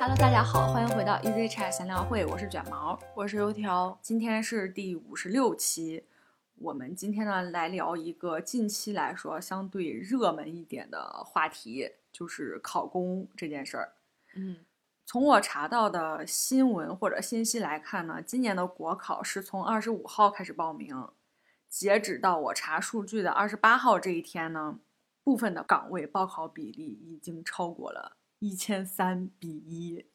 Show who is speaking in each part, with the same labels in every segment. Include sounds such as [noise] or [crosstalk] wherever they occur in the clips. Speaker 1: Hello，大家好，欢迎回到 Easy Chat 闲聊会，我是卷毛，我是油条，今天是第五十六期，我们今天呢来聊一个近期来说相对热门一点的话题，就是考公这件事儿。
Speaker 2: 嗯
Speaker 1: 从我查到的新闻或者信息来看呢，今年的国考是从二十五号开始报名，截止到我查数据的二十八号这一天呢，部分的岗位报考比例已经超过了一千三比一。，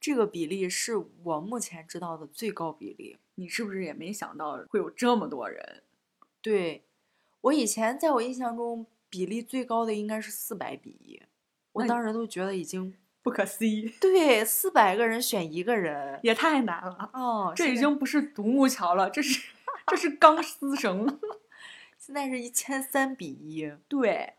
Speaker 2: 这个比例是我目前知道的最高比例。
Speaker 1: 你是不是也没想到会有这么多人？
Speaker 2: 对，我以前在我印象中比例最高的应该是四百比一，我
Speaker 1: 那
Speaker 2: 当时都觉得已经
Speaker 1: 不可思议，
Speaker 2: 对四百个人选一个人，
Speaker 1: 也太难了。
Speaker 2: 哦，
Speaker 1: 这
Speaker 2: 现
Speaker 1: 已
Speaker 2: 在
Speaker 1: 经不是独木桥了，这是这是钢丝绳了。 [laughs]
Speaker 2: 现在是一千三比一，
Speaker 1: 对，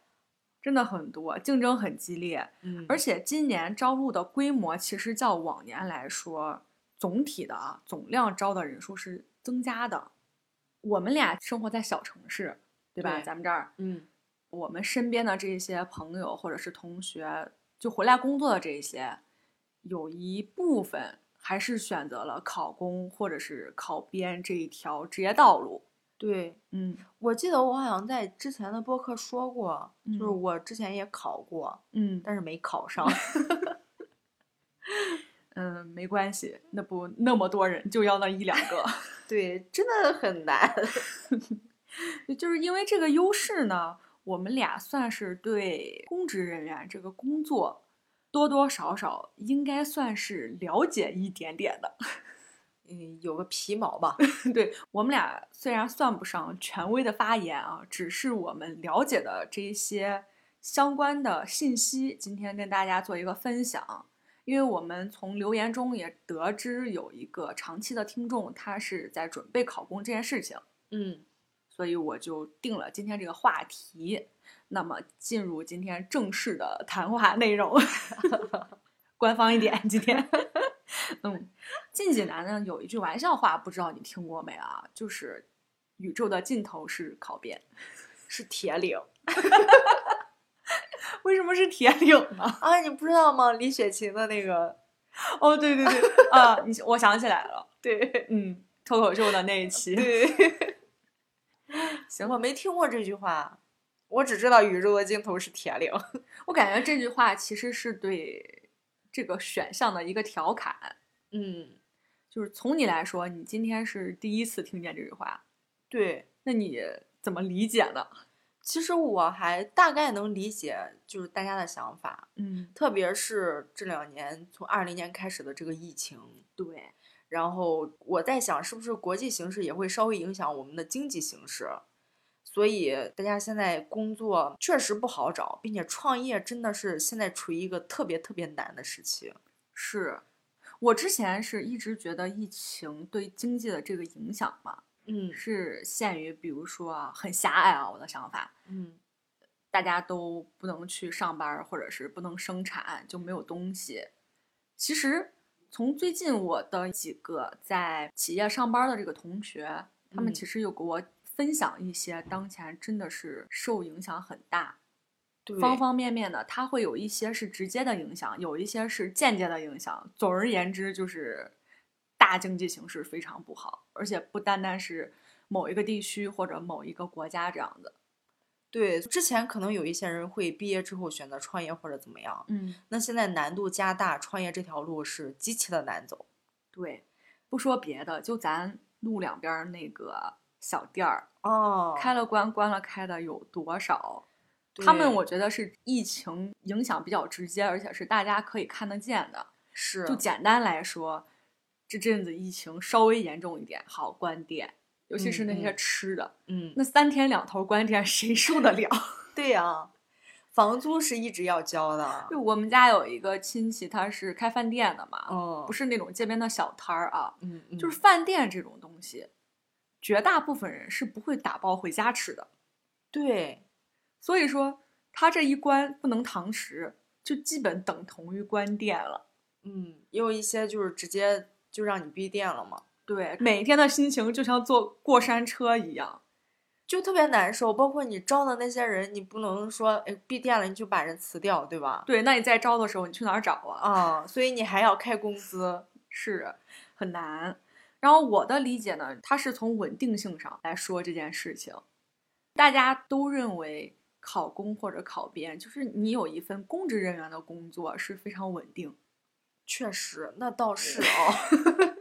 Speaker 1: 真的很多，竞争很激烈。
Speaker 2: 嗯
Speaker 1: 而且今年招录的规模其实较往年来说，总体的啊总量招的人数是增加的。我们俩生活在小城市，对吧？
Speaker 2: 对
Speaker 1: 咱们这儿，
Speaker 2: 嗯
Speaker 1: 我们身边的这些朋友或者是同学，就回来工作的这些，有一部分还是选择了考公或者是考编这一条职业道路。
Speaker 2: 对，
Speaker 1: 嗯
Speaker 2: 我记得我好像在之前的播客说过，就是
Speaker 1: 嗯
Speaker 2: 我之前也考过，
Speaker 1: 嗯
Speaker 2: 但是没考
Speaker 1: [laughs]
Speaker 2: 上。
Speaker 1: 嗯，没关系，那不那么多人就要那一两个。
Speaker 2: 对，真的很难。 [laughs]
Speaker 1: 对，就是因为这个优势呢，我们俩算是对公职人员这个工作多多少少应该算是了解一点点的。
Speaker 2: 嗯，有个皮毛吧。
Speaker 1: [laughs] 对我们俩虽然算不上权威的发言啊，只是我们了解的这一些相关的信息，今天跟大家做一个分享。因为我们从留言中也得知有一个长期的听众，他是在准备考公这件事情。
Speaker 2: 嗯，
Speaker 1: 所以我就定了今天这个话题。那么进入今天正式的谈话内容， [laughs] 官方一点，今天。 [laughs] 嗯，近几年呢有一句玩笑话，不知道你听过没啊？就是宇宙的尽头是考编。
Speaker 2: 是铁岭。
Speaker 1: [laughs] 为什么是铁岭呢？
Speaker 2: 啊，你不知道吗？李雪琴的
Speaker 1: [laughs]
Speaker 2: 那个，
Speaker 1: 哦，对对对， [laughs] 啊，你我想起来了，
Speaker 2: 对
Speaker 1: 嗯，脱口秀的那一期。
Speaker 2: 对，
Speaker 1: [laughs] 行
Speaker 2: 我没听过这句话，我只知道宇宙的尽头是铁
Speaker 1: [laughs]
Speaker 2: 岭。
Speaker 1: 我感觉这句话其实是对这个选项的一个调侃。
Speaker 2: 嗯，
Speaker 1: 就是从你来说，你今天是第一次听见这句话，
Speaker 2: 对。
Speaker 1: 那你怎么理解呢？
Speaker 2: 其实我还大概能理解，就是大家的想法，
Speaker 1: 嗯，
Speaker 2: 特别是这两年从二零年开始的这个疫情，
Speaker 1: 对，
Speaker 2: 然后我在想，是不是国际形势也会稍微影响我们的经济形势？所以大家现在工作确实不好找，并且创业真的是现在处于一个特别特别难的时期。
Speaker 1: 是我之前是一直觉得疫情对经济的这个影响嘛，
Speaker 2: 嗯
Speaker 1: 是限于比如说啊，很狭隘啊，我的想法，
Speaker 2: 嗯，
Speaker 1: 大家都不能去上班儿，或者是不能生产，就没有东西。其实从最近我的几个在企业上班儿的这个同学，他们
Speaker 2: 嗯
Speaker 1: 其实有给我分享一些当前真的是受影响很大，
Speaker 2: 对
Speaker 1: 方方面面的，它会有一些是直接的影响，有一些是间接的影响。总而言之，就是大经济形势非常不好，而且不单单是某一个地区或者某一个国家这样的。
Speaker 2: 对，之前可能有一些人会毕业之后选择创业或者怎么样，
Speaker 1: 嗯，
Speaker 2: 那现在难度加大，创业这条路是极其的难走。
Speaker 1: 对，不说别的，就咱路两边儿那个小店儿，
Speaker 2: 哦
Speaker 1: 开了关，关了开的有多少？他们
Speaker 2: 对
Speaker 1: 我觉得是疫情影响比较直接，而且是大家可以看得见的。
Speaker 2: 是啊
Speaker 1: 就简单来说，这阵子疫情稍微严重一点，好关店，尤其是那
Speaker 2: 嗯
Speaker 1: 些
Speaker 2: 嗯
Speaker 1: 吃的，
Speaker 2: 嗯，
Speaker 1: 那三天两头关店，谁受得
Speaker 2: [laughs]
Speaker 1: 了？
Speaker 2: 对呀、房租是一直要交的。
Speaker 1: 就我们家有一个亲戚，他是开饭店的嘛，
Speaker 2: 哦
Speaker 1: 不，是那种街边的小摊儿啊，
Speaker 2: 嗯，嗯
Speaker 1: 就是饭店这种东西，绝大部分人是不会打包回家吃的，
Speaker 2: 对，
Speaker 1: 所以说他这一关不能堂食，就基本等同于关店了。
Speaker 2: 嗯，也有一些就是直接就让你闭店了嘛。
Speaker 1: 对，每天的心情就像坐过山车一样，
Speaker 2: 就特别难受。包括你招的那些人，你不能说哎闭店了你就把人辞掉，对吧？
Speaker 1: 对，那你在招的时候，你去哪儿找啊？
Speaker 2: 啊、所以你还要开工资，
Speaker 1: 是很难。然后我的理解呢，它是从稳定性上来说这件事情，大家都认为考公或者考编，就是你有一份公职人员的工作是非常稳定。
Speaker 2: 确实，那倒是
Speaker 1: 嗯
Speaker 2: 哦。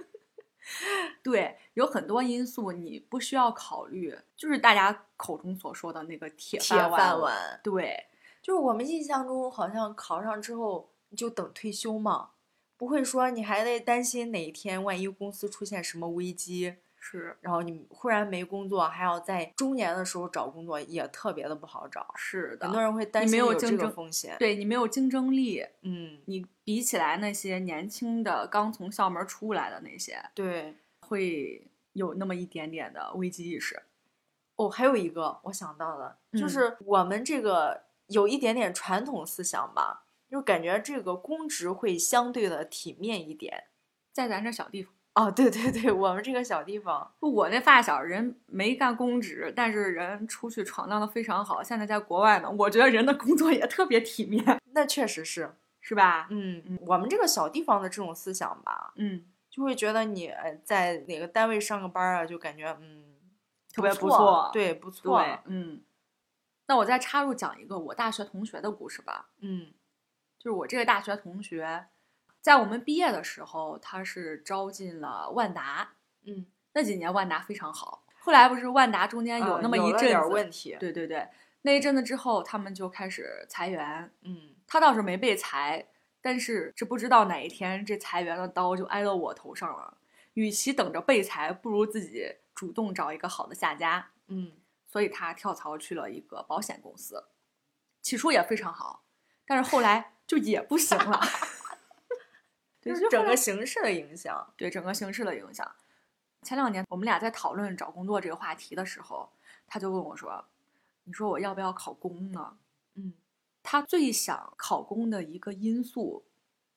Speaker 1: 对，有很多因素你不需要考虑，就是大家口中所说的那个 [laughs] 铁
Speaker 2: 铁
Speaker 1: 饭碗。
Speaker 2: 饭碗，
Speaker 1: 对，
Speaker 2: 就是我们印象中好像考上之后你就等退休嘛，不会说你还得担心哪一天万一公司出现什么危机，
Speaker 1: 是
Speaker 2: 然后你忽然没工作，还要在中年的时候找工作，也特别的不好找。
Speaker 1: 是
Speaker 2: 很多
Speaker 1: 的，
Speaker 2: 人会担
Speaker 1: 你没
Speaker 2: 心
Speaker 1: 有
Speaker 2: 这
Speaker 1: 竞
Speaker 2: 个
Speaker 1: 争
Speaker 2: 风险。
Speaker 1: 对你没有竞争力，
Speaker 2: 嗯，
Speaker 1: 你比起来那些年轻的刚从校门出来的那些，
Speaker 2: 对。
Speaker 1: 会有那么一点点的危机意识。
Speaker 2: 哦，还有一个我想到的，就
Speaker 1: 嗯
Speaker 2: 是我们这个有一点点传统思想吧，就感觉这个公职会相对的体面一点。
Speaker 1: 在咱这小地方，
Speaker 2: 哦，对对对，我们这个小地方，
Speaker 1: 我那发小人没干公职，但是人出去闯荡的非常好，现在在国外呢。我觉得人的工作也特别体面， [laughs]
Speaker 2: 那确实是，
Speaker 1: 是吧？
Speaker 2: 嗯，我们这个小地方的这种思想吧，
Speaker 1: 嗯，
Speaker 2: 就会觉得你呃在哪个单位上个班儿啊，就感觉嗯
Speaker 1: 特别不
Speaker 2: 错
Speaker 1: 错，
Speaker 2: 对，不错，
Speaker 1: 对，嗯。那我再插入讲一个我大学同学的故事吧。
Speaker 2: 嗯
Speaker 1: 就是我这个大学同学，在我们毕业的时候，他是招进了万达。
Speaker 2: 嗯，
Speaker 1: 那几年万达非常好，后来不是万达中间
Speaker 2: 啊
Speaker 1: 有那么一
Speaker 2: 了
Speaker 1: 阵
Speaker 2: 点儿
Speaker 1: 子，
Speaker 2: 问题，
Speaker 1: 对对对，那一阵子之后，他们就开始裁员。
Speaker 2: 嗯，
Speaker 1: 他倒是没被裁，但是这不知道哪一天这裁员的刀就挨到我头上了。与其等着被裁，不如自己主动找一个好的下家。
Speaker 2: 嗯
Speaker 1: 所以他跳槽去了一个保险公司，起初也非常好，但是后来就也不行了。 [laughs] 对，就
Speaker 2: 就
Speaker 1: 是后
Speaker 2: 整
Speaker 1: 来
Speaker 2: 个形势的影响，
Speaker 1: 对整个形势的影响。前两年我们俩在讨论找工作这个话题的时候，他就问我说：“你说我要不要考公呢
Speaker 2: 嗯？”
Speaker 1: 他最想考公的一个因素，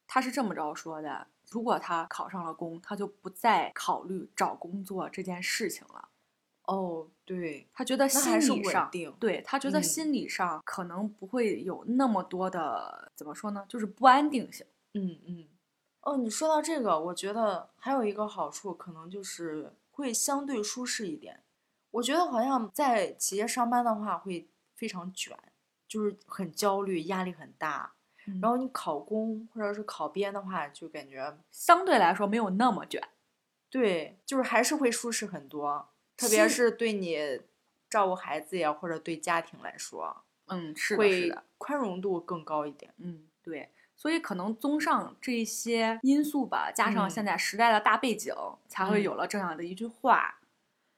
Speaker 1: 他是这么着说的：如果他考上了公，他就不再考虑找工作这件事情了。
Speaker 2: 哦，对，
Speaker 1: 他觉得
Speaker 2: 那
Speaker 1: 心
Speaker 2: 还是
Speaker 1: 理
Speaker 2: 稳
Speaker 1: 上
Speaker 2: 定，
Speaker 1: 对他觉得
Speaker 2: 嗯
Speaker 1: 心理上可能不会有那么多的、怎么说呢，就是不安定性。
Speaker 2: 嗯嗯，哦，你说到这个，我觉得还有一个好处，可能就是会相对舒适一点。我觉得好像在企业上班的话，会非常卷，就是很焦虑，压力很大。然
Speaker 1: 然后
Speaker 2: 后你考公或者是考编的话，就感觉
Speaker 1: 相对来说没有那么卷，
Speaker 2: 对，就是还是会舒适很多，特别
Speaker 1: 心
Speaker 2: 是对你照顾孩子呀，或者对家庭来说，
Speaker 1: 嗯，是的，是
Speaker 2: 会
Speaker 1: 的，
Speaker 2: 宽容度更高一点。
Speaker 1: 嗯，对。所以可能综上这些因素吧，加上
Speaker 2: 嗯
Speaker 1: 现在时代的大背景，才会
Speaker 2: 嗯
Speaker 1: 有了这样的一句话。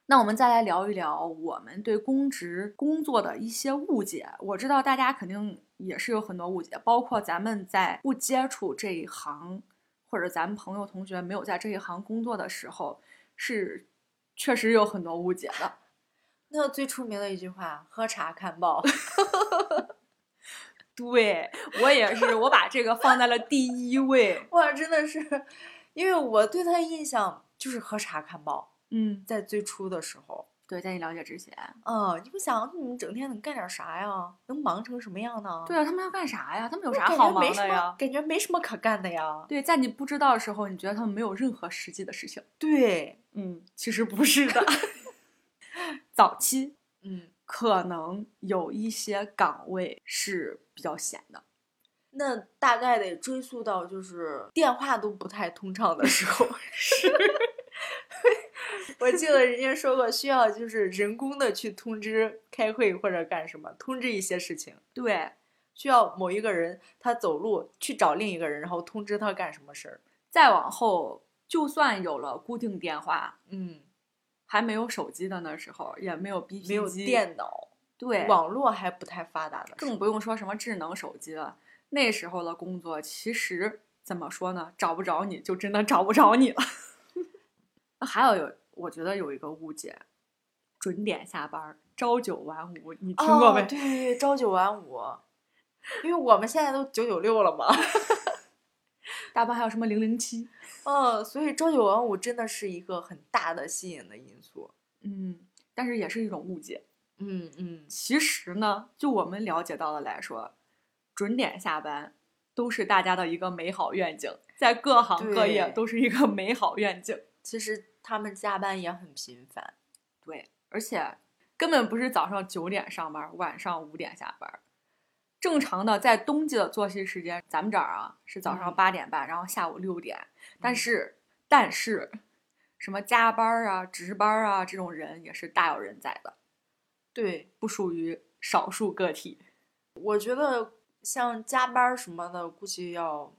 Speaker 1: 那我们再来聊一聊我们对公职工作的一些误解。我知道大家肯定也是有很多误解，包括咱们在不接触这一行，或者咱们朋友同学没有在这一行工作的时候，是确实有很多误解的。 [laughs]
Speaker 2: 那最出名的一句话：喝茶看报。
Speaker 1: 对我也是，我把这个放在了第一位。
Speaker 2: [laughs] 哇，真的是，因为我对他的印象就是喝茶看报，
Speaker 1: 嗯，
Speaker 2: 在最初的时候，
Speaker 1: 对，在你了解之前，
Speaker 2: 嗯，你不想你们整天能干点啥呀？能忙成什么样呢？
Speaker 1: 对啊，他们要干啥呀？他们有
Speaker 2: 那
Speaker 1: 啥
Speaker 2: 感
Speaker 1: 好
Speaker 2: 觉没
Speaker 1: 忙
Speaker 2: 什
Speaker 1: 的
Speaker 2: 么
Speaker 1: 呀？
Speaker 2: 感觉没什么可干的呀。
Speaker 1: 对，在你不知道的时候，你觉得他们没有任何实际的事情。
Speaker 2: 对，
Speaker 1: 嗯，其实不是的。 [laughs] 早期
Speaker 2: 嗯，
Speaker 1: 可能有一些岗位是比较闲的，
Speaker 2: 那大概得追溯到就是电话都不太通畅的时
Speaker 1: [laughs]
Speaker 2: 候，是。 [laughs] 我记得人家说过，需要就是人工的去通知开会或者干什么，通知一些事情。
Speaker 1: 对，
Speaker 2: 需要某一个人他走路去找另一个人，然后通知他干什么事儿。
Speaker 1: 再往后，就算有了固定电话，
Speaker 2: 嗯，
Speaker 1: 还没有手机的那时候，也没有 BP 机，
Speaker 2: 没有电脑，
Speaker 1: 对，
Speaker 2: 网络还不太发达的时
Speaker 1: 更
Speaker 2: 候，
Speaker 1: 不用说什么智能手机了。那时候的工作其实怎么说呢，找不着你就真的找不着你了。 [laughs] 那还有有，我觉得有一个误解，准点下班儿，朝九晚五，你听过没？
Speaker 2: 哦、对对对，朝九晚五，因为我们现在都九九
Speaker 1: [laughs]
Speaker 2: 六了嘛，
Speaker 1: 大班还有什么零零七？
Speaker 2: 嗯，所以朝九晚五真的是一个很大的吸引的因素。
Speaker 1: 嗯，但是也是一种误解。
Speaker 2: 嗯嗯，
Speaker 1: 其实呢，就我们了解到的来说，准点下班都是大家的一个美好愿景，在各行各业
Speaker 2: 对
Speaker 1: 都是一个 [laughs] 美好愿景。
Speaker 2: 其实他们加班也很频繁。
Speaker 1: 对，而且根本不是早上九点上班，晚上五点下班。正常的在冬季的作息时间，咱们这儿啊是早上
Speaker 2: 嗯
Speaker 1: 八点半，然后下午六点。但是，但是，什么加班儿啊、值班儿啊这种人也是大有人在的，
Speaker 2: 对，
Speaker 1: 不属于少数个体。
Speaker 2: 我觉得像加班儿什么的，估计要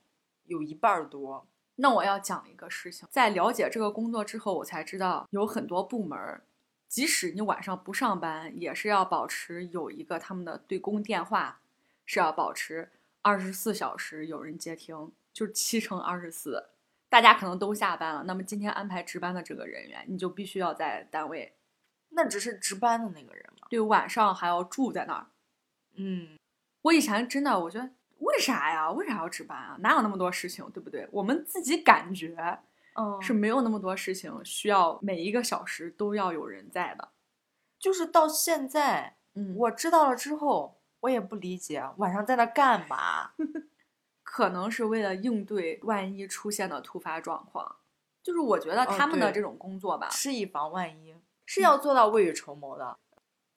Speaker 2: 有一半儿多。
Speaker 1: 那我要讲一个事情，在了解这个工作之后，我才知道有很多部门儿，即使你晚上不上班，也是要保持有一个他们的对公电话，是要保持二十四小时有人接听，就是七乘二十四。大家可能都下班了，那么今天安排值班的这个人员，你就必须要在单位，
Speaker 2: 那只是值班的那个人嘛。
Speaker 1: 对，晚上还要住在那儿。
Speaker 2: 嗯，
Speaker 1: 我以前真的，我觉得为啥呀？为啥要值班啊？哪有那么多事情，对不对？我们自己感觉，
Speaker 2: 嗯
Speaker 1: 是没有那么多事情需要每一个小时都要有人在的。
Speaker 2: 就是到现在
Speaker 1: 嗯我
Speaker 2: 我知道了之后，我也不理解晚上在那干嘛。
Speaker 1: 可能是为了应对万一出现的突发状况，就是我觉得
Speaker 2: 哦
Speaker 1: 他们的
Speaker 2: 对
Speaker 1: 这种工作吧，
Speaker 2: 是以防万一，是
Speaker 1: 嗯
Speaker 2: 要做到未雨绸缪的。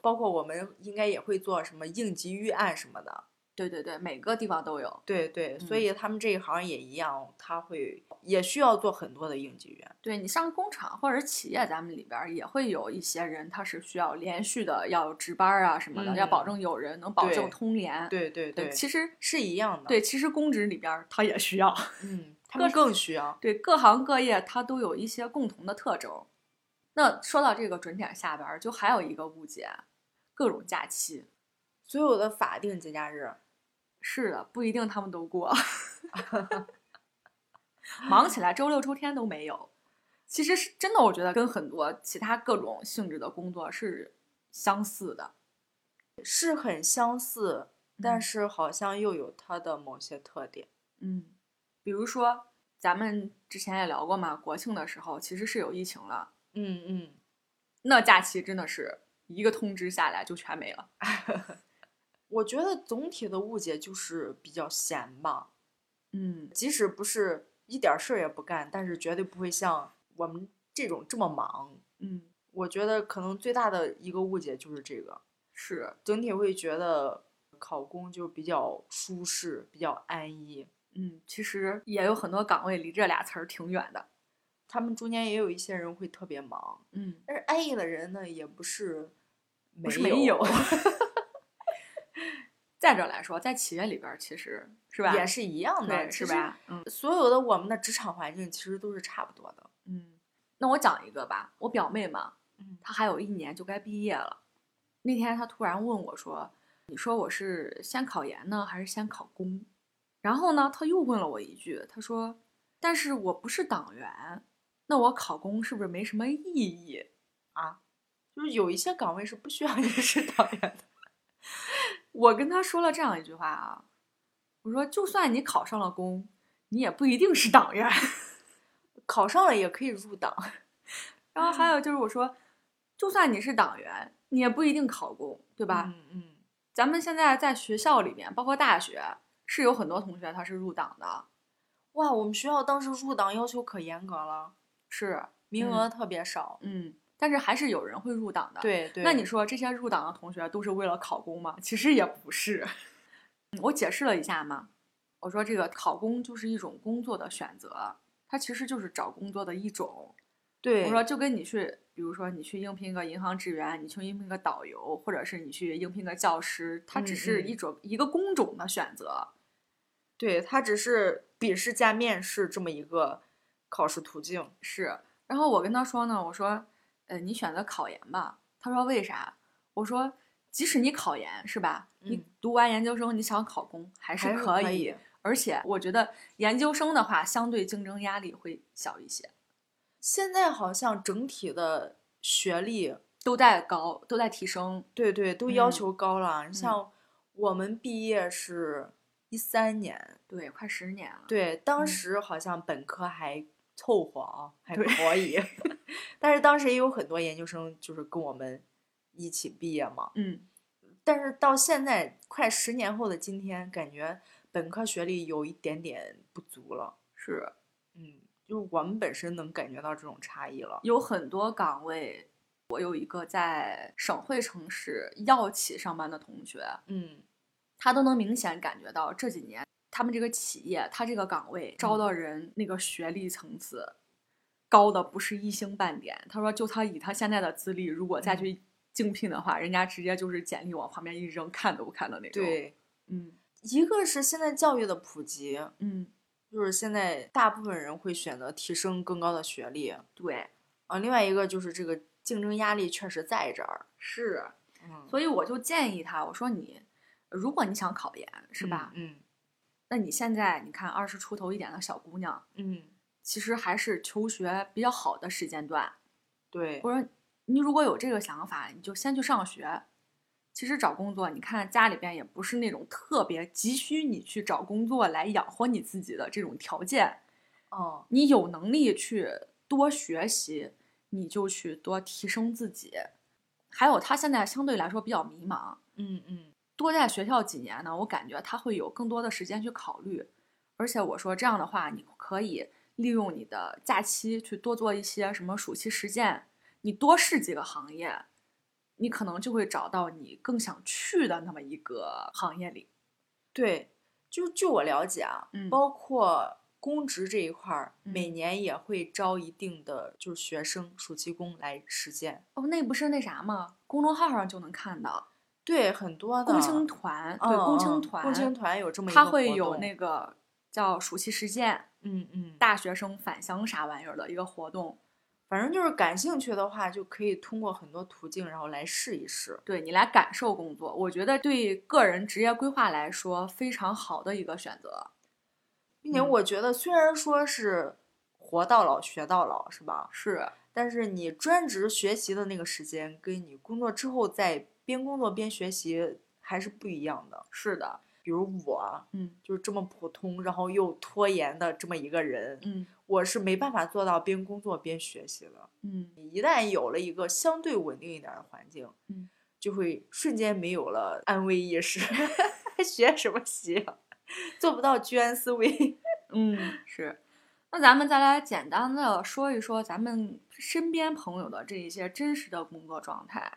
Speaker 2: 包括我们应该也会做什么应急预案什么的。
Speaker 1: 对对对，每个地方都有。
Speaker 2: 对对，所
Speaker 1: 嗯
Speaker 2: 以他们这一行也一样，他会也需要做很多的应急预案。
Speaker 1: 对你上工厂或者企业，咱们里边儿也会有一些人，他是需要连续的要值班儿啊什么的，要保
Speaker 2: 嗯
Speaker 1: 证有人能保证
Speaker 2: 对
Speaker 1: 通联。
Speaker 2: 对对
Speaker 1: 对，呃其实
Speaker 2: 是一样的。，
Speaker 1: 对，其实公职里边儿他也需要。
Speaker 2: 嗯，他
Speaker 1: 各
Speaker 2: 们更需要。
Speaker 1: 对，各行各业它都有一些共同的特征。那说到这个准点下班儿，就还有一个误解，各种假期。
Speaker 2: 所有的法定节假日，
Speaker 1: 是的，不一定他们都过， [laughs] 忙起来周六周天都没有。其实是真的，我觉得跟很多其他各种性质的工作是相似的。
Speaker 2: 是很相似，但
Speaker 1: 嗯
Speaker 2: 是好像又有它的某些特点。
Speaker 1: 嗯，比如说咱们之前也聊过嘛，国庆的时候其实是有疫情了，
Speaker 2: 嗯嗯，
Speaker 1: 那假期真的是一个通知下来就全没了。
Speaker 2: 我觉得总体的误解就是比较闲吧，
Speaker 1: 嗯，
Speaker 2: 即使不是一点事儿也不干，但是绝对不会像我们这种这么忙。
Speaker 1: 嗯，
Speaker 2: 我觉得可能最大的一个误解就是这个，
Speaker 1: 是，
Speaker 2: 整体会觉得考公就比较舒适，比较安逸。
Speaker 1: 嗯，其实也有很多岗位离这俩词儿挺远的。
Speaker 2: 他们中间也有一些人会特别忙，
Speaker 1: 嗯，
Speaker 2: 但是安逸的人呢，也不是没
Speaker 1: 不是没有。 [laughs] 再者来说，在企业里边儿其实是吧，
Speaker 2: 也是一样的，
Speaker 1: 对，
Speaker 2: 其
Speaker 1: 是
Speaker 2: 实
Speaker 1: 吧？嗯
Speaker 2: 所有的我们的职场环境其实都是差不多的。
Speaker 1: 嗯。那我讲一个吧，我表妹嘛，
Speaker 2: 嗯，
Speaker 1: 她还有一年就该毕业了。那天她突然问我说：“你说我是先考研呢，还是先考公？”然后呢，她又问了我一句，她说：“但是我不是党员，那我考公是不是没什么意义？”
Speaker 2: 就是有一些岗位是不需要 [laughs] 你是党员的。
Speaker 1: 我跟他说了这样一句话啊，我说就算你考上了公，你也不一定是党员。 [laughs]
Speaker 2: 考上了也可以入党。
Speaker 1: 然后还有就是我说，就算你是党员，你也不一定考公，对吧？
Speaker 2: 嗯嗯，
Speaker 1: 咱们现在在学校里面，包括大学，是有很多同学他是入党的，
Speaker 2: 哇，我们学校当时入党要求可严格了，
Speaker 1: 是，
Speaker 2: 名额特别少。
Speaker 1: 嗯，但是还是有人会入党的。，
Speaker 2: 对对，
Speaker 1: 嗯那你说这些入党的同学都是为了考公吗？其实也不是。嗯我解释了一下嘛，我说这个考公就是一种工作的选择，它其实就是找工作的一种。
Speaker 2: 对
Speaker 1: 我说就跟你去，比如说你去应聘个银行职员，你去应聘个导游，或者是你去应聘个教师，它只
Speaker 2: 嗯
Speaker 1: 是
Speaker 2: 嗯
Speaker 1: 一种、一个工种的选择。
Speaker 2: 对，它只是笔试加面试这么一个考试途径。
Speaker 1: 是，然后我跟他说呢，我说，呃，你选择考研吧。他说为啥？我说，即使你考研是吧？你
Speaker 2: 嗯
Speaker 1: 读完研究生，你想考公还是
Speaker 2: 还是
Speaker 1: 可
Speaker 2: 可
Speaker 1: 以
Speaker 2: 以
Speaker 1: 而且我觉得研究生的话，相对竞争压力会小一些，
Speaker 2: 现在好像整体的学历，
Speaker 1: 都在高，都在提升。
Speaker 2: 对对，都要
Speaker 1: 嗯
Speaker 2: 求高了。你像我们毕业是一三年，
Speaker 1: 对，快十年了。
Speaker 2: 对，当
Speaker 1: 嗯
Speaker 2: 时好像本科还凑合啊，还
Speaker 1: 对
Speaker 2: [laughs] 可以，但是当时也有很多研究生就是跟我们一起毕业嘛。
Speaker 1: 嗯，
Speaker 2: 但是到现在快十年后的今天，感觉本科学历有一点点不足了。
Speaker 1: 是
Speaker 2: 嗯，就是我们本身能感觉到这种差异了。
Speaker 1: 有很多岗位，我有一个在省会城市药企上班的同学，
Speaker 2: 嗯
Speaker 1: 他都能明显感觉到这几年他们这个企业，他这个岗位招的人那个学历层次高的不是一星半点。他说，就他以他现在的资历，如果再去竞聘的话，人家直接就是简历往旁边一扔，看都不看的那种。，
Speaker 2: 对，
Speaker 1: 嗯
Speaker 2: 一个是现在教育的普及，
Speaker 1: 嗯，
Speaker 2: 就是现在大部分人会选择提升更高的学历
Speaker 1: 对，
Speaker 2: 啊，另外一个就是这个竞争压力确实在这儿。
Speaker 1: 是。
Speaker 2: 嗯，
Speaker 1: 所以我就建议他，我说你，如果你想考研，是
Speaker 2: 嗯
Speaker 1: 吧？
Speaker 2: 嗯
Speaker 1: 那你现在你看二十出头一点的小姑娘，
Speaker 2: 嗯，
Speaker 1: 其实还是求学比较好的时间段。
Speaker 2: 对，
Speaker 1: 我说你如果有这个想法，你就先去上学。其实找工作，你看家里边也不是那种特别急需你去找工作来养活你自己的这种条件，
Speaker 2: 哦，
Speaker 1: 你有能力去多学习，你就去多提升自己。还有他现在相对来说比较迷茫，
Speaker 2: 嗯嗯
Speaker 1: 多在学校几年呢，我感觉他会有更多的时间去考虑。而且我说这样的话，你可以利用你的假期去多做一些什么暑期实践，你多试几个行业，你可能就会找到你更想去的那么一个行业里。
Speaker 2: 对，就据我了解啊，
Speaker 1: 嗯
Speaker 2: 包括公职这一块儿，
Speaker 1: 嗯
Speaker 2: 每年也会招一定的就是学生暑期工来实践。
Speaker 1: 哦，那不是那啥吗？公众号上就能看到
Speaker 2: 对，很多的啊
Speaker 1: 共青团，对
Speaker 2: 嗯
Speaker 1: 共
Speaker 2: 嗯
Speaker 1: 青团，
Speaker 2: 共青团有这么一
Speaker 1: 它
Speaker 2: 个
Speaker 1: 会
Speaker 2: 活
Speaker 1: 有
Speaker 2: 动
Speaker 1: 那个叫暑期实践，
Speaker 2: 嗯嗯，
Speaker 1: 大学生返乡啥玩意儿的一个活动。
Speaker 2: 反正就是感兴趣的话，就可以通过很多途径，然后来试一试。
Speaker 1: 对你来感受工作，我觉得对个人职业规划来说非常好的一个选择。
Speaker 2: 并且
Speaker 1: 嗯
Speaker 2: 我觉得，虽然说是活到老学到老，是吧？
Speaker 1: 是，
Speaker 2: 但是你专职学习的那个时间，跟你工作之后在边工作边学习还是不一样的。
Speaker 1: 是的，
Speaker 2: 比如我啊
Speaker 1: 嗯
Speaker 2: 就是这么普通，然后又拖延的这么一个人，
Speaker 1: 嗯
Speaker 2: 我是没办法做到边工作边学习的。
Speaker 1: 嗯，
Speaker 2: 一旦有了一个相对稳定一点儿的环境，
Speaker 1: 嗯，
Speaker 2: 就会瞬间没有了安危意识，还学什么习啊？ [laughs] 做不到居安思危。
Speaker 1: 嗯是。那咱们再来简单的说一说咱们身边朋友的这一些真实的工作状态。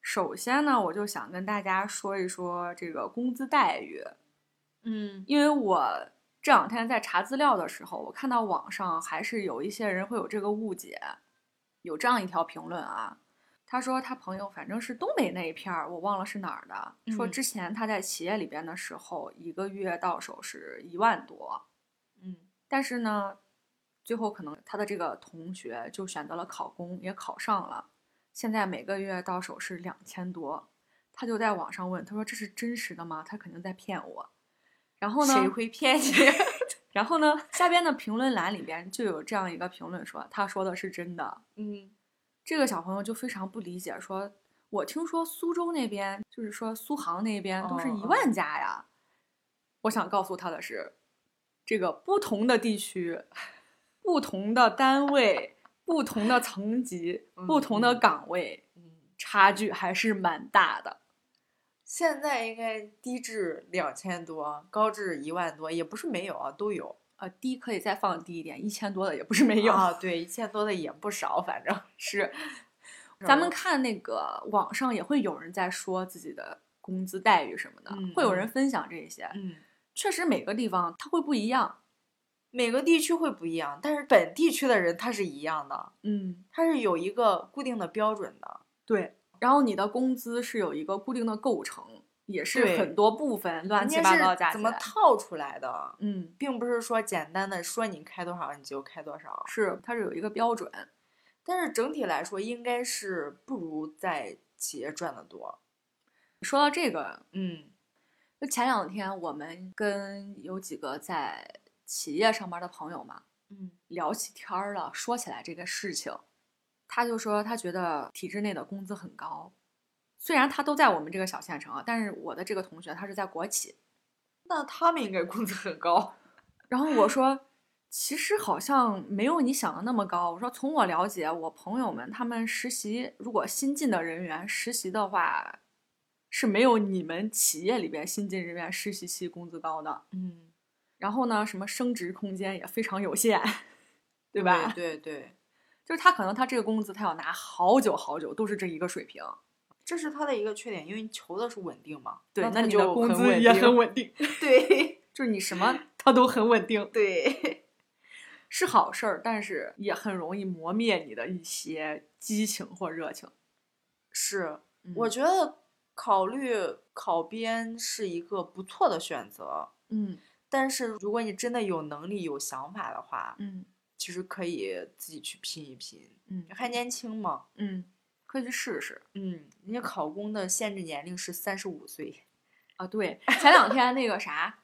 Speaker 1: 首先呢，我就想跟大家说一说这个工资待遇，
Speaker 2: 嗯
Speaker 1: 因为我这两天在查资料的时候，我看到网上还是有一些人会有这个误解，有这样一条评论啊，他说他朋友反正是东北那一片儿，我忘了是哪儿的，说
Speaker 2: 嗯
Speaker 1: 之前他在企业里边的时候，一个月到手是一万多，
Speaker 2: 嗯
Speaker 1: 但是呢，最后可能他的这个同学就选择了考公，也考上了，现在每个月到手是两千多。他就在网上问，他说这是真实的吗？他肯定在骗我。然后呢？
Speaker 2: 谁会骗你？
Speaker 1: [laughs] 然后呢，下边的评论栏里边就有这样一个评论说，他说的是真的。
Speaker 2: 嗯
Speaker 1: 这个小朋友就非常不理解，说我听说苏州那边，就是说苏杭那边都是
Speaker 2: 哦
Speaker 1: 一万家呀。我想告诉他的是，这个不同的地区、不同的单位、不同的层级、
Speaker 2: 嗯
Speaker 1: 不同的
Speaker 2: 嗯
Speaker 1: 岗位，
Speaker 2: 嗯，
Speaker 1: 差距还是蛮大的。
Speaker 2: 现在应该低至两千多，高至一万多，也不是没有啊，都有。
Speaker 1: 呃，低可以再放低一点，一千多的也不是没有。
Speaker 2: 啊， [laughs] 对，一千多的也不少，反正
Speaker 1: 是，
Speaker 2: [laughs] 是
Speaker 1: 咱们
Speaker 2: 吧
Speaker 1: 看那个网上也会有人在说自己的工资待遇什么的，
Speaker 2: 嗯
Speaker 1: 会有
Speaker 2: 嗯
Speaker 1: 人分享这些。
Speaker 2: 嗯，
Speaker 1: 确实每个地方它会不一样。
Speaker 2: [laughs] 每个地区会不一样，但是本地区的人他是一样的，
Speaker 1: 嗯，
Speaker 2: 他是有一个固定的标准的。
Speaker 1: 对。然后你的工资是有一个固定的构成，也是
Speaker 2: 对
Speaker 1: 很多部分乱
Speaker 2: 人
Speaker 1: 七
Speaker 2: 家
Speaker 1: 八
Speaker 2: 是
Speaker 1: 糟加
Speaker 2: 怎
Speaker 1: 起
Speaker 2: 么
Speaker 1: 来。
Speaker 2: 套出来的，
Speaker 1: 嗯，
Speaker 2: 并不是说简单的说你开多少你就开多少，
Speaker 1: 是，它是有一个标准。
Speaker 2: 但是整体来说应该是不如在企业赚的多。
Speaker 1: 说到这个，
Speaker 2: 嗯
Speaker 1: 就前两天我们跟有几个在企业上班的朋友嘛，
Speaker 2: 嗯
Speaker 1: 聊起天儿了，说起来这个事情，他就说他觉得体制内的工资很高，虽然他都在我们这个小县城啊，但是我的这个同学他是在国企，
Speaker 2: 那他们应该工资很高。
Speaker 1: 然后我说其实好像没有你想的那么高。我说，从我了解，我朋友们他们实习，如果新进的人员实习的话，是没有你们企业里边新进人员实习期工资高的。
Speaker 2: 嗯，
Speaker 1: 然后呢，什么升职空间也非常有限，对
Speaker 2: 对
Speaker 1: 吧？
Speaker 2: 对对，
Speaker 1: 就是他可能他这个工资他要拿好久好久都是这一个水平。
Speaker 2: 这是他的一个缺点，因为你求的是稳定嘛。
Speaker 1: 对，
Speaker 2: 那
Speaker 1: 那
Speaker 2: 他
Speaker 1: 你
Speaker 2: 就
Speaker 1: 的工
Speaker 2: 很
Speaker 1: 资
Speaker 2: 稳
Speaker 1: 也
Speaker 2: 定
Speaker 1: 很稳定， [laughs]
Speaker 2: 对
Speaker 1: 就是你什
Speaker 2: [laughs]
Speaker 1: 么它都很稳定，
Speaker 2: 对，
Speaker 1: 是好事儿，但是也很容易磨灭你的一些激情或热情。
Speaker 2: 是，我
Speaker 1: 我
Speaker 2: 觉得考虑考编是一个不错的选择，
Speaker 1: 嗯
Speaker 2: 但是如果你真的有能力、有想法的话，
Speaker 1: 嗯
Speaker 2: 其实可以自己去拼一拼，
Speaker 1: 嗯
Speaker 2: 还年轻嘛。
Speaker 1: 嗯，可以去试试
Speaker 2: 嗯，人家考公的限制年龄是三十五岁。
Speaker 1: 啊。对，前两天那个啥，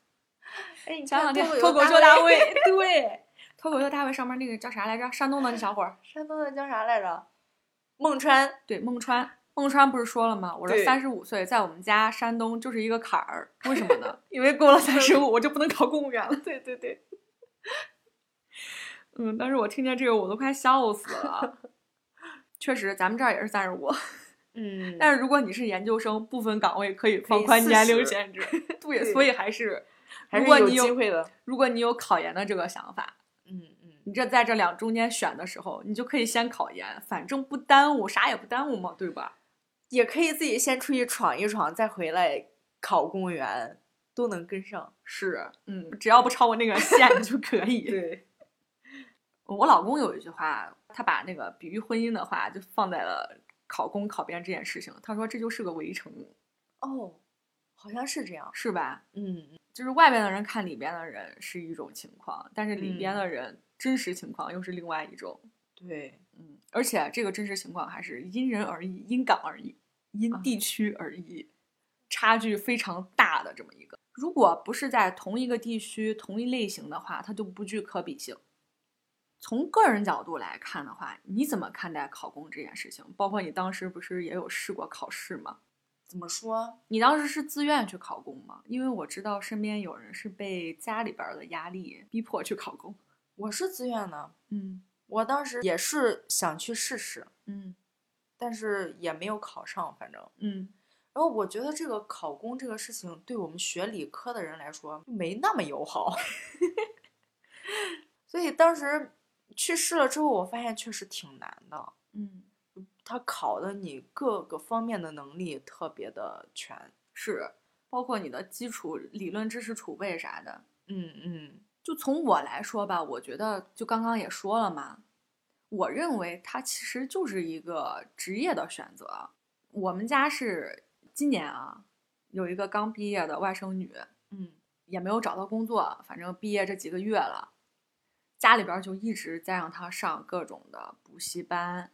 Speaker 2: 哎， [laughs] 你
Speaker 1: 前两天
Speaker 2: 脱
Speaker 1: 脱口秀
Speaker 2: 大
Speaker 1: 大
Speaker 2: 会，
Speaker 1: 会，对，脱口秀大会上面那个叫啥来着？山东的那小伙儿，
Speaker 2: 山东的叫啥来着？孟川。
Speaker 1: 对，孟川。孟川不是说了吗？我说
Speaker 2: 对
Speaker 1: 三十五岁，在我们家山东就是一个坎儿，为什么呢？ [laughs] 因为过了三十五，我就不能考公务员了。 [laughs]
Speaker 2: 对对对，
Speaker 1: 嗯，当时我听见这个我都快笑死了。确实，咱们这儿也是三十五，
Speaker 2: 嗯，
Speaker 1: 但
Speaker 2: 是
Speaker 1: 是如果你是研究生，部分岗位可以
Speaker 2: 可以
Speaker 1: 放宽年龄
Speaker 2: 40
Speaker 1: 限制。对，
Speaker 2: 对
Speaker 1: 所以还是，
Speaker 2: 还
Speaker 1: 如
Speaker 2: 是
Speaker 1: 果
Speaker 2: 有
Speaker 1: 你
Speaker 2: 机
Speaker 1: 有
Speaker 2: 会的。
Speaker 1: 如果你有考研的这个想法，
Speaker 2: 嗯嗯，
Speaker 1: 你这在这两中间选的时候，你就可以先考研，反正不耽误，啥也不耽误嘛，对吧？
Speaker 2: 也可以自己先出去闯一闯，再回来考公务员，都能跟上。
Speaker 1: 是，嗯，只要不超过那个线就可以。
Speaker 2: 对，
Speaker 1: 我老公有一句话，他把那个比喻婚姻的话就放在了考公考编这件事情，他说这就是个围城，
Speaker 2: [laughs] 哦，好像是这样。
Speaker 1: 是吧？
Speaker 2: 嗯，
Speaker 1: 就是外边的人看里边的人是一种情况，但是里边
Speaker 2: 嗯
Speaker 1: 的人真实情况又是另外一种。
Speaker 2: 对，
Speaker 1: 嗯，而且这个真实情况还是因人而异、因港而异、因
Speaker 2: 啊
Speaker 1: 地区而异，差距非常大的这么一个。如果不是在同一个地区、同一类型的话，它就不具可比性。从个人角度来看的话，你怎么看待考公这件事情？包括你当时不是也有试过考试吗？
Speaker 2: 怎么说？
Speaker 1: 你当时是自愿去考公吗？因为我知道身边有人是被家里边儿的压力逼迫去考公。
Speaker 2: 我是自愿的，
Speaker 1: 嗯
Speaker 2: 我当时也是想去试试，
Speaker 1: 嗯
Speaker 2: 但是也没有考上，反正。
Speaker 1: 嗯
Speaker 2: 然后我觉得这个考公这个事情，对我们学理科的人来说没那么友好， [laughs] 所以当时去试了之后，我发现确实挺难的。
Speaker 1: 嗯，
Speaker 2: 它考的你各个方面的能力特别的全。
Speaker 1: 是，包括你的基础理论知识储备啥的。
Speaker 2: 嗯嗯
Speaker 1: 就从我来说吧，我觉得就刚刚也说了嘛，我认为它其实就是一个职业的选择。我们家是今年啊，有一个刚毕业的外甥女，
Speaker 2: 嗯，
Speaker 1: 也没有找到工作，反正毕业这几个月了，家里边儿就一直在让他上各种的补习班，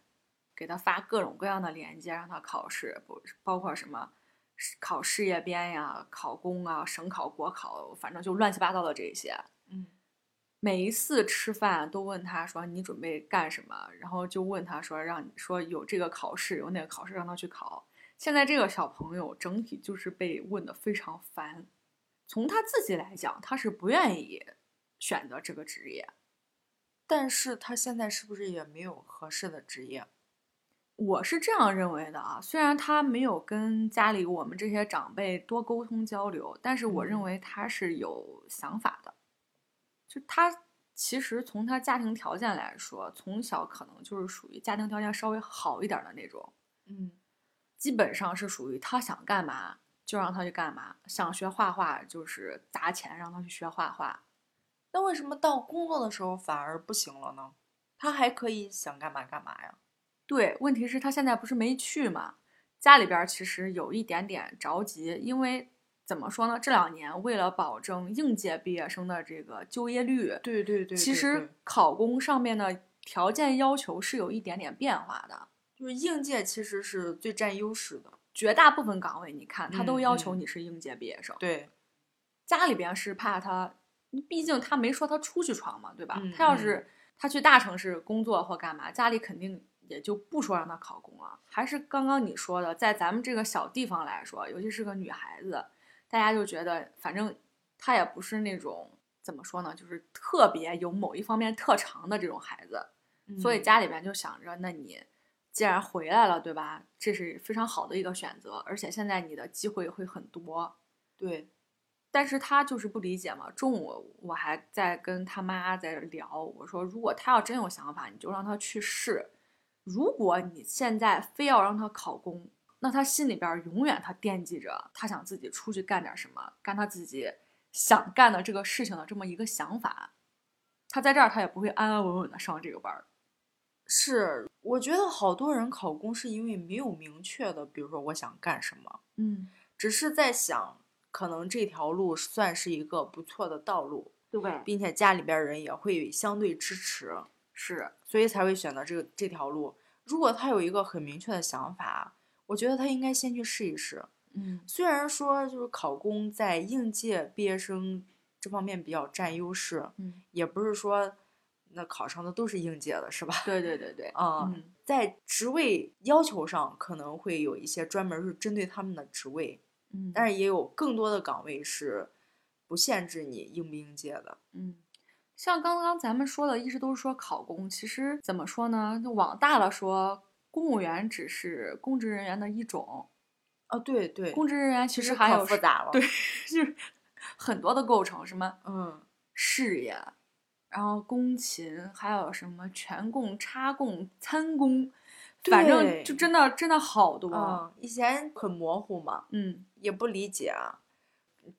Speaker 1: 给他发各种各样的链接让他考试，不包括什么是考事业编呀、考公啊、省考、国考，反正就乱七八糟的这些。
Speaker 2: 嗯
Speaker 1: 每一次吃饭都问他说你准备干什么，然后就问他说让你说有这个考试有那个考试让他去考。现在这个小朋友整体就是被问的非常烦，从他自己来讲，他是不愿意选择这个职业。
Speaker 2: 但是他现在是不是也没有合适的职业？
Speaker 1: 我是这样认为的啊，虽然他没有跟家里我们这些长辈多沟通交流，但是我认
Speaker 2: 嗯
Speaker 1: 为他是有想法的。就他其实从他家庭条件来说，从小可能就是属于家庭条件稍微好一点儿的那种，
Speaker 2: 嗯
Speaker 1: 基本上是属于他想干嘛就让他去干嘛，想学画画就是砸钱让他去学画画。
Speaker 2: 那为什么到工作的时候反而不行了呢？他还可以想干嘛干嘛呀？
Speaker 1: 对，问题是他现在不是没去嘛？家里边儿其实有一点点着急，因为怎么说呢？这两年为了保证应届毕业生的这个就业率，
Speaker 2: 对对对
Speaker 1: 其实考公上面的条件要求是有一点点变化的。
Speaker 2: 就是应届其实是最占优势的。
Speaker 1: 绝大部分岗位，你看，他都
Speaker 2: 嗯
Speaker 1: 要求
Speaker 2: 嗯
Speaker 1: 你是应届毕业生。
Speaker 2: 对，
Speaker 1: 家里边是怕他，毕竟他没说他出去闯嘛，对吧？
Speaker 2: 嗯
Speaker 1: 他要
Speaker 2: 嗯
Speaker 1: 是他去大城市工作或干嘛，家里肯定也就不说让他考公了。还是刚刚你说的，在咱们这个小地方来说，尤其是个女孩子，大家就觉得反正她也不是那种怎么说呢，就是特别有某一方面特长的这种孩子，所以
Speaker 2: 嗯
Speaker 1: 家里边就想着，那你既然回来了，对吧？这是非常好的一个选择，而且现在你的机会会很多。
Speaker 2: 对，
Speaker 1: 但是他就是不理解嘛。中午我还在跟他妈在聊，我说如果他要真有想法，你就让他去试。如果你现在非要让他考公，那他心里边儿永远他惦记着他想自己出去干点什么，干他自己想干的这个事情的这么一个想法。他在这儿他也不会安安稳稳的上这个班儿。
Speaker 2: 是，我觉得好多人考公是因为没有明确的，比如说我想干什么，
Speaker 1: 嗯，
Speaker 2: 只是在想，可能这条路算是一个不错的道路，
Speaker 1: 对，
Speaker 2: 并且家里边儿人也会相对支持，
Speaker 1: 是，
Speaker 2: 所以才会选择这个这条路。如果他有一个很明确的想法，我觉得他应该先去试一试。
Speaker 1: 嗯
Speaker 2: 虽然说就是考公在应届毕业生这方面比较占优势，
Speaker 1: 嗯，
Speaker 2: 也不是说那考上的都是应届的，是吧？
Speaker 1: 对对对对，
Speaker 2: 啊、
Speaker 1: 嗯
Speaker 2: 在职位要求上可能会有一些专门是针对他们的职位，
Speaker 1: 嗯，
Speaker 2: 但是也有更多的岗位是不限制你应不应届的。
Speaker 1: 嗯，像刚刚咱们说的，一直都是说考公，其实怎么说呢？就往大了说，公务员只是公职人员的一种，
Speaker 2: 啊，对对，
Speaker 1: 公职人员其
Speaker 2: 其
Speaker 1: 实还
Speaker 2: 可
Speaker 1: 有
Speaker 2: 复
Speaker 1: 是
Speaker 2: 杂了。
Speaker 1: 对，就是很多的构成，什么
Speaker 2: 嗯，
Speaker 1: 事业，然后工勤，还有什么全供、差供、参供，反正就
Speaker 2: 对
Speaker 1: 真的真的好多，
Speaker 2: 嗯，以前很模糊嘛，
Speaker 1: 嗯，
Speaker 2: 也不理解啊，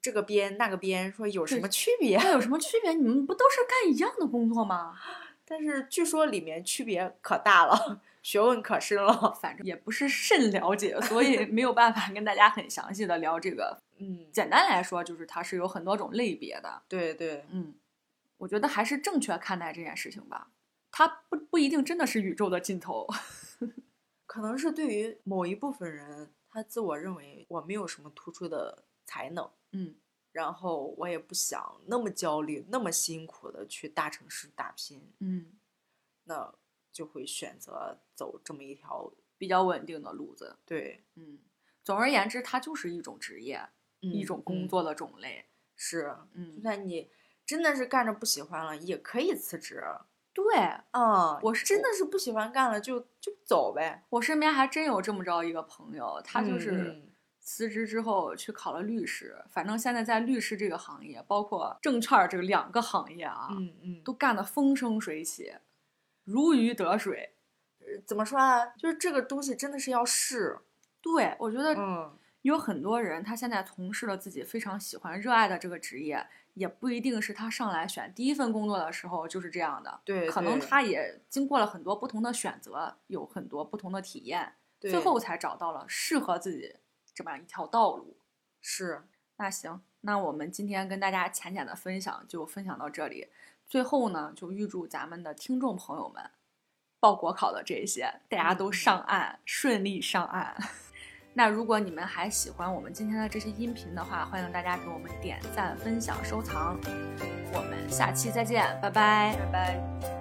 Speaker 2: 这个编那个编，说有什
Speaker 1: 对
Speaker 2: 么区别？ [laughs]
Speaker 1: 那有什么区别？你们不都是干一样的工作吗？
Speaker 2: 但是据说里面区别可大了， [laughs] 学问可深了。
Speaker 1: 反正也不是甚了解，所以没有办法跟大家很详细的聊这个
Speaker 2: 嗯，
Speaker 1: 简单来说，就是它是有很多种类别的。
Speaker 2: 对对，
Speaker 1: 嗯，我觉得还是正确看待这件事情吧。它不不一定真的是宇宙的尽头。
Speaker 2: 可能是对于某一部分人，他自我认为我没有什么突出的才能，
Speaker 1: 嗯，
Speaker 2: 然后我也不想那么焦虑、那么辛苦的去大城市打拼，
Speaker 1: 嗯，
Speaker 2: 那就会选择走这么一条
Speaker 1: 比较稳定的路子。
Speaker 2: 对、
Speaker 1: 嗯，总而言之，它就是一种职业，一
Speaker 2: 嗯
Speaker 1: 种工
Speaker 2: 嗯
Speaker 1: 作的种类。
Speaker 2: 是啊
Speaker 1: 嗯
Speaker 2: 就，算你真的是干着不喜欢了，也可以辞职。
Speaker 1: 对
Speaker 2: 啊，
Speaker 1: 我
Speaker 2: 我
Speaker 1: 是
Speaker 2: 是真
Speaker 1: 哦我
Speaker 2: 的是不喜欢干了，就就走呗。
Speaker 1: 我身边还真有这么着一个朋友，他就
Speaker 2: 嗯
Speaker 1: 是
Speaker 2: 嗯
Speaker 1: 辞职之后去考了律师，反正现在在律师这个行业，包括证券儿这个两个行业啊，
Speaker 2: 嗯嗯，
Speaker 1: 都干得风生水起，如鱼得水。
Speaker 2: 怎么说啊？就是这个东西真的是要试。
Speaker 1: 对，我觉得
Speaker 2: 嗯，
Speaker 1: 有很多人，他现在从事了自己非常喜欢、热爱的这个职业，也不一定是他上来选第一份工作的时候就是这样的，
Speaker 2: 对，
Speaker 1: 可能
Speaker 2: 对
Speaker 1: 他也经过了很多不同的选择，有很多不同的体验，最
Speaker 2: 对
Speaker 1: 后才找到了适合自己这么一条道路。
Speaker 2: 是
Speaker 1: 那行，那我们今天跟大家浅浅的分享就分享到这里。最后呢，就预祝咱们的听众朋友们报国考的这一些，大家都
Speaker 2: 嗯
Speaker 1: 上岸，顺利上岸。 [laughs] 那如果你们还喜欢我们今天的这些音频的话，欢迎大家给我们点赞、分享、收藏。我们下期再见，拜拜，拜拜。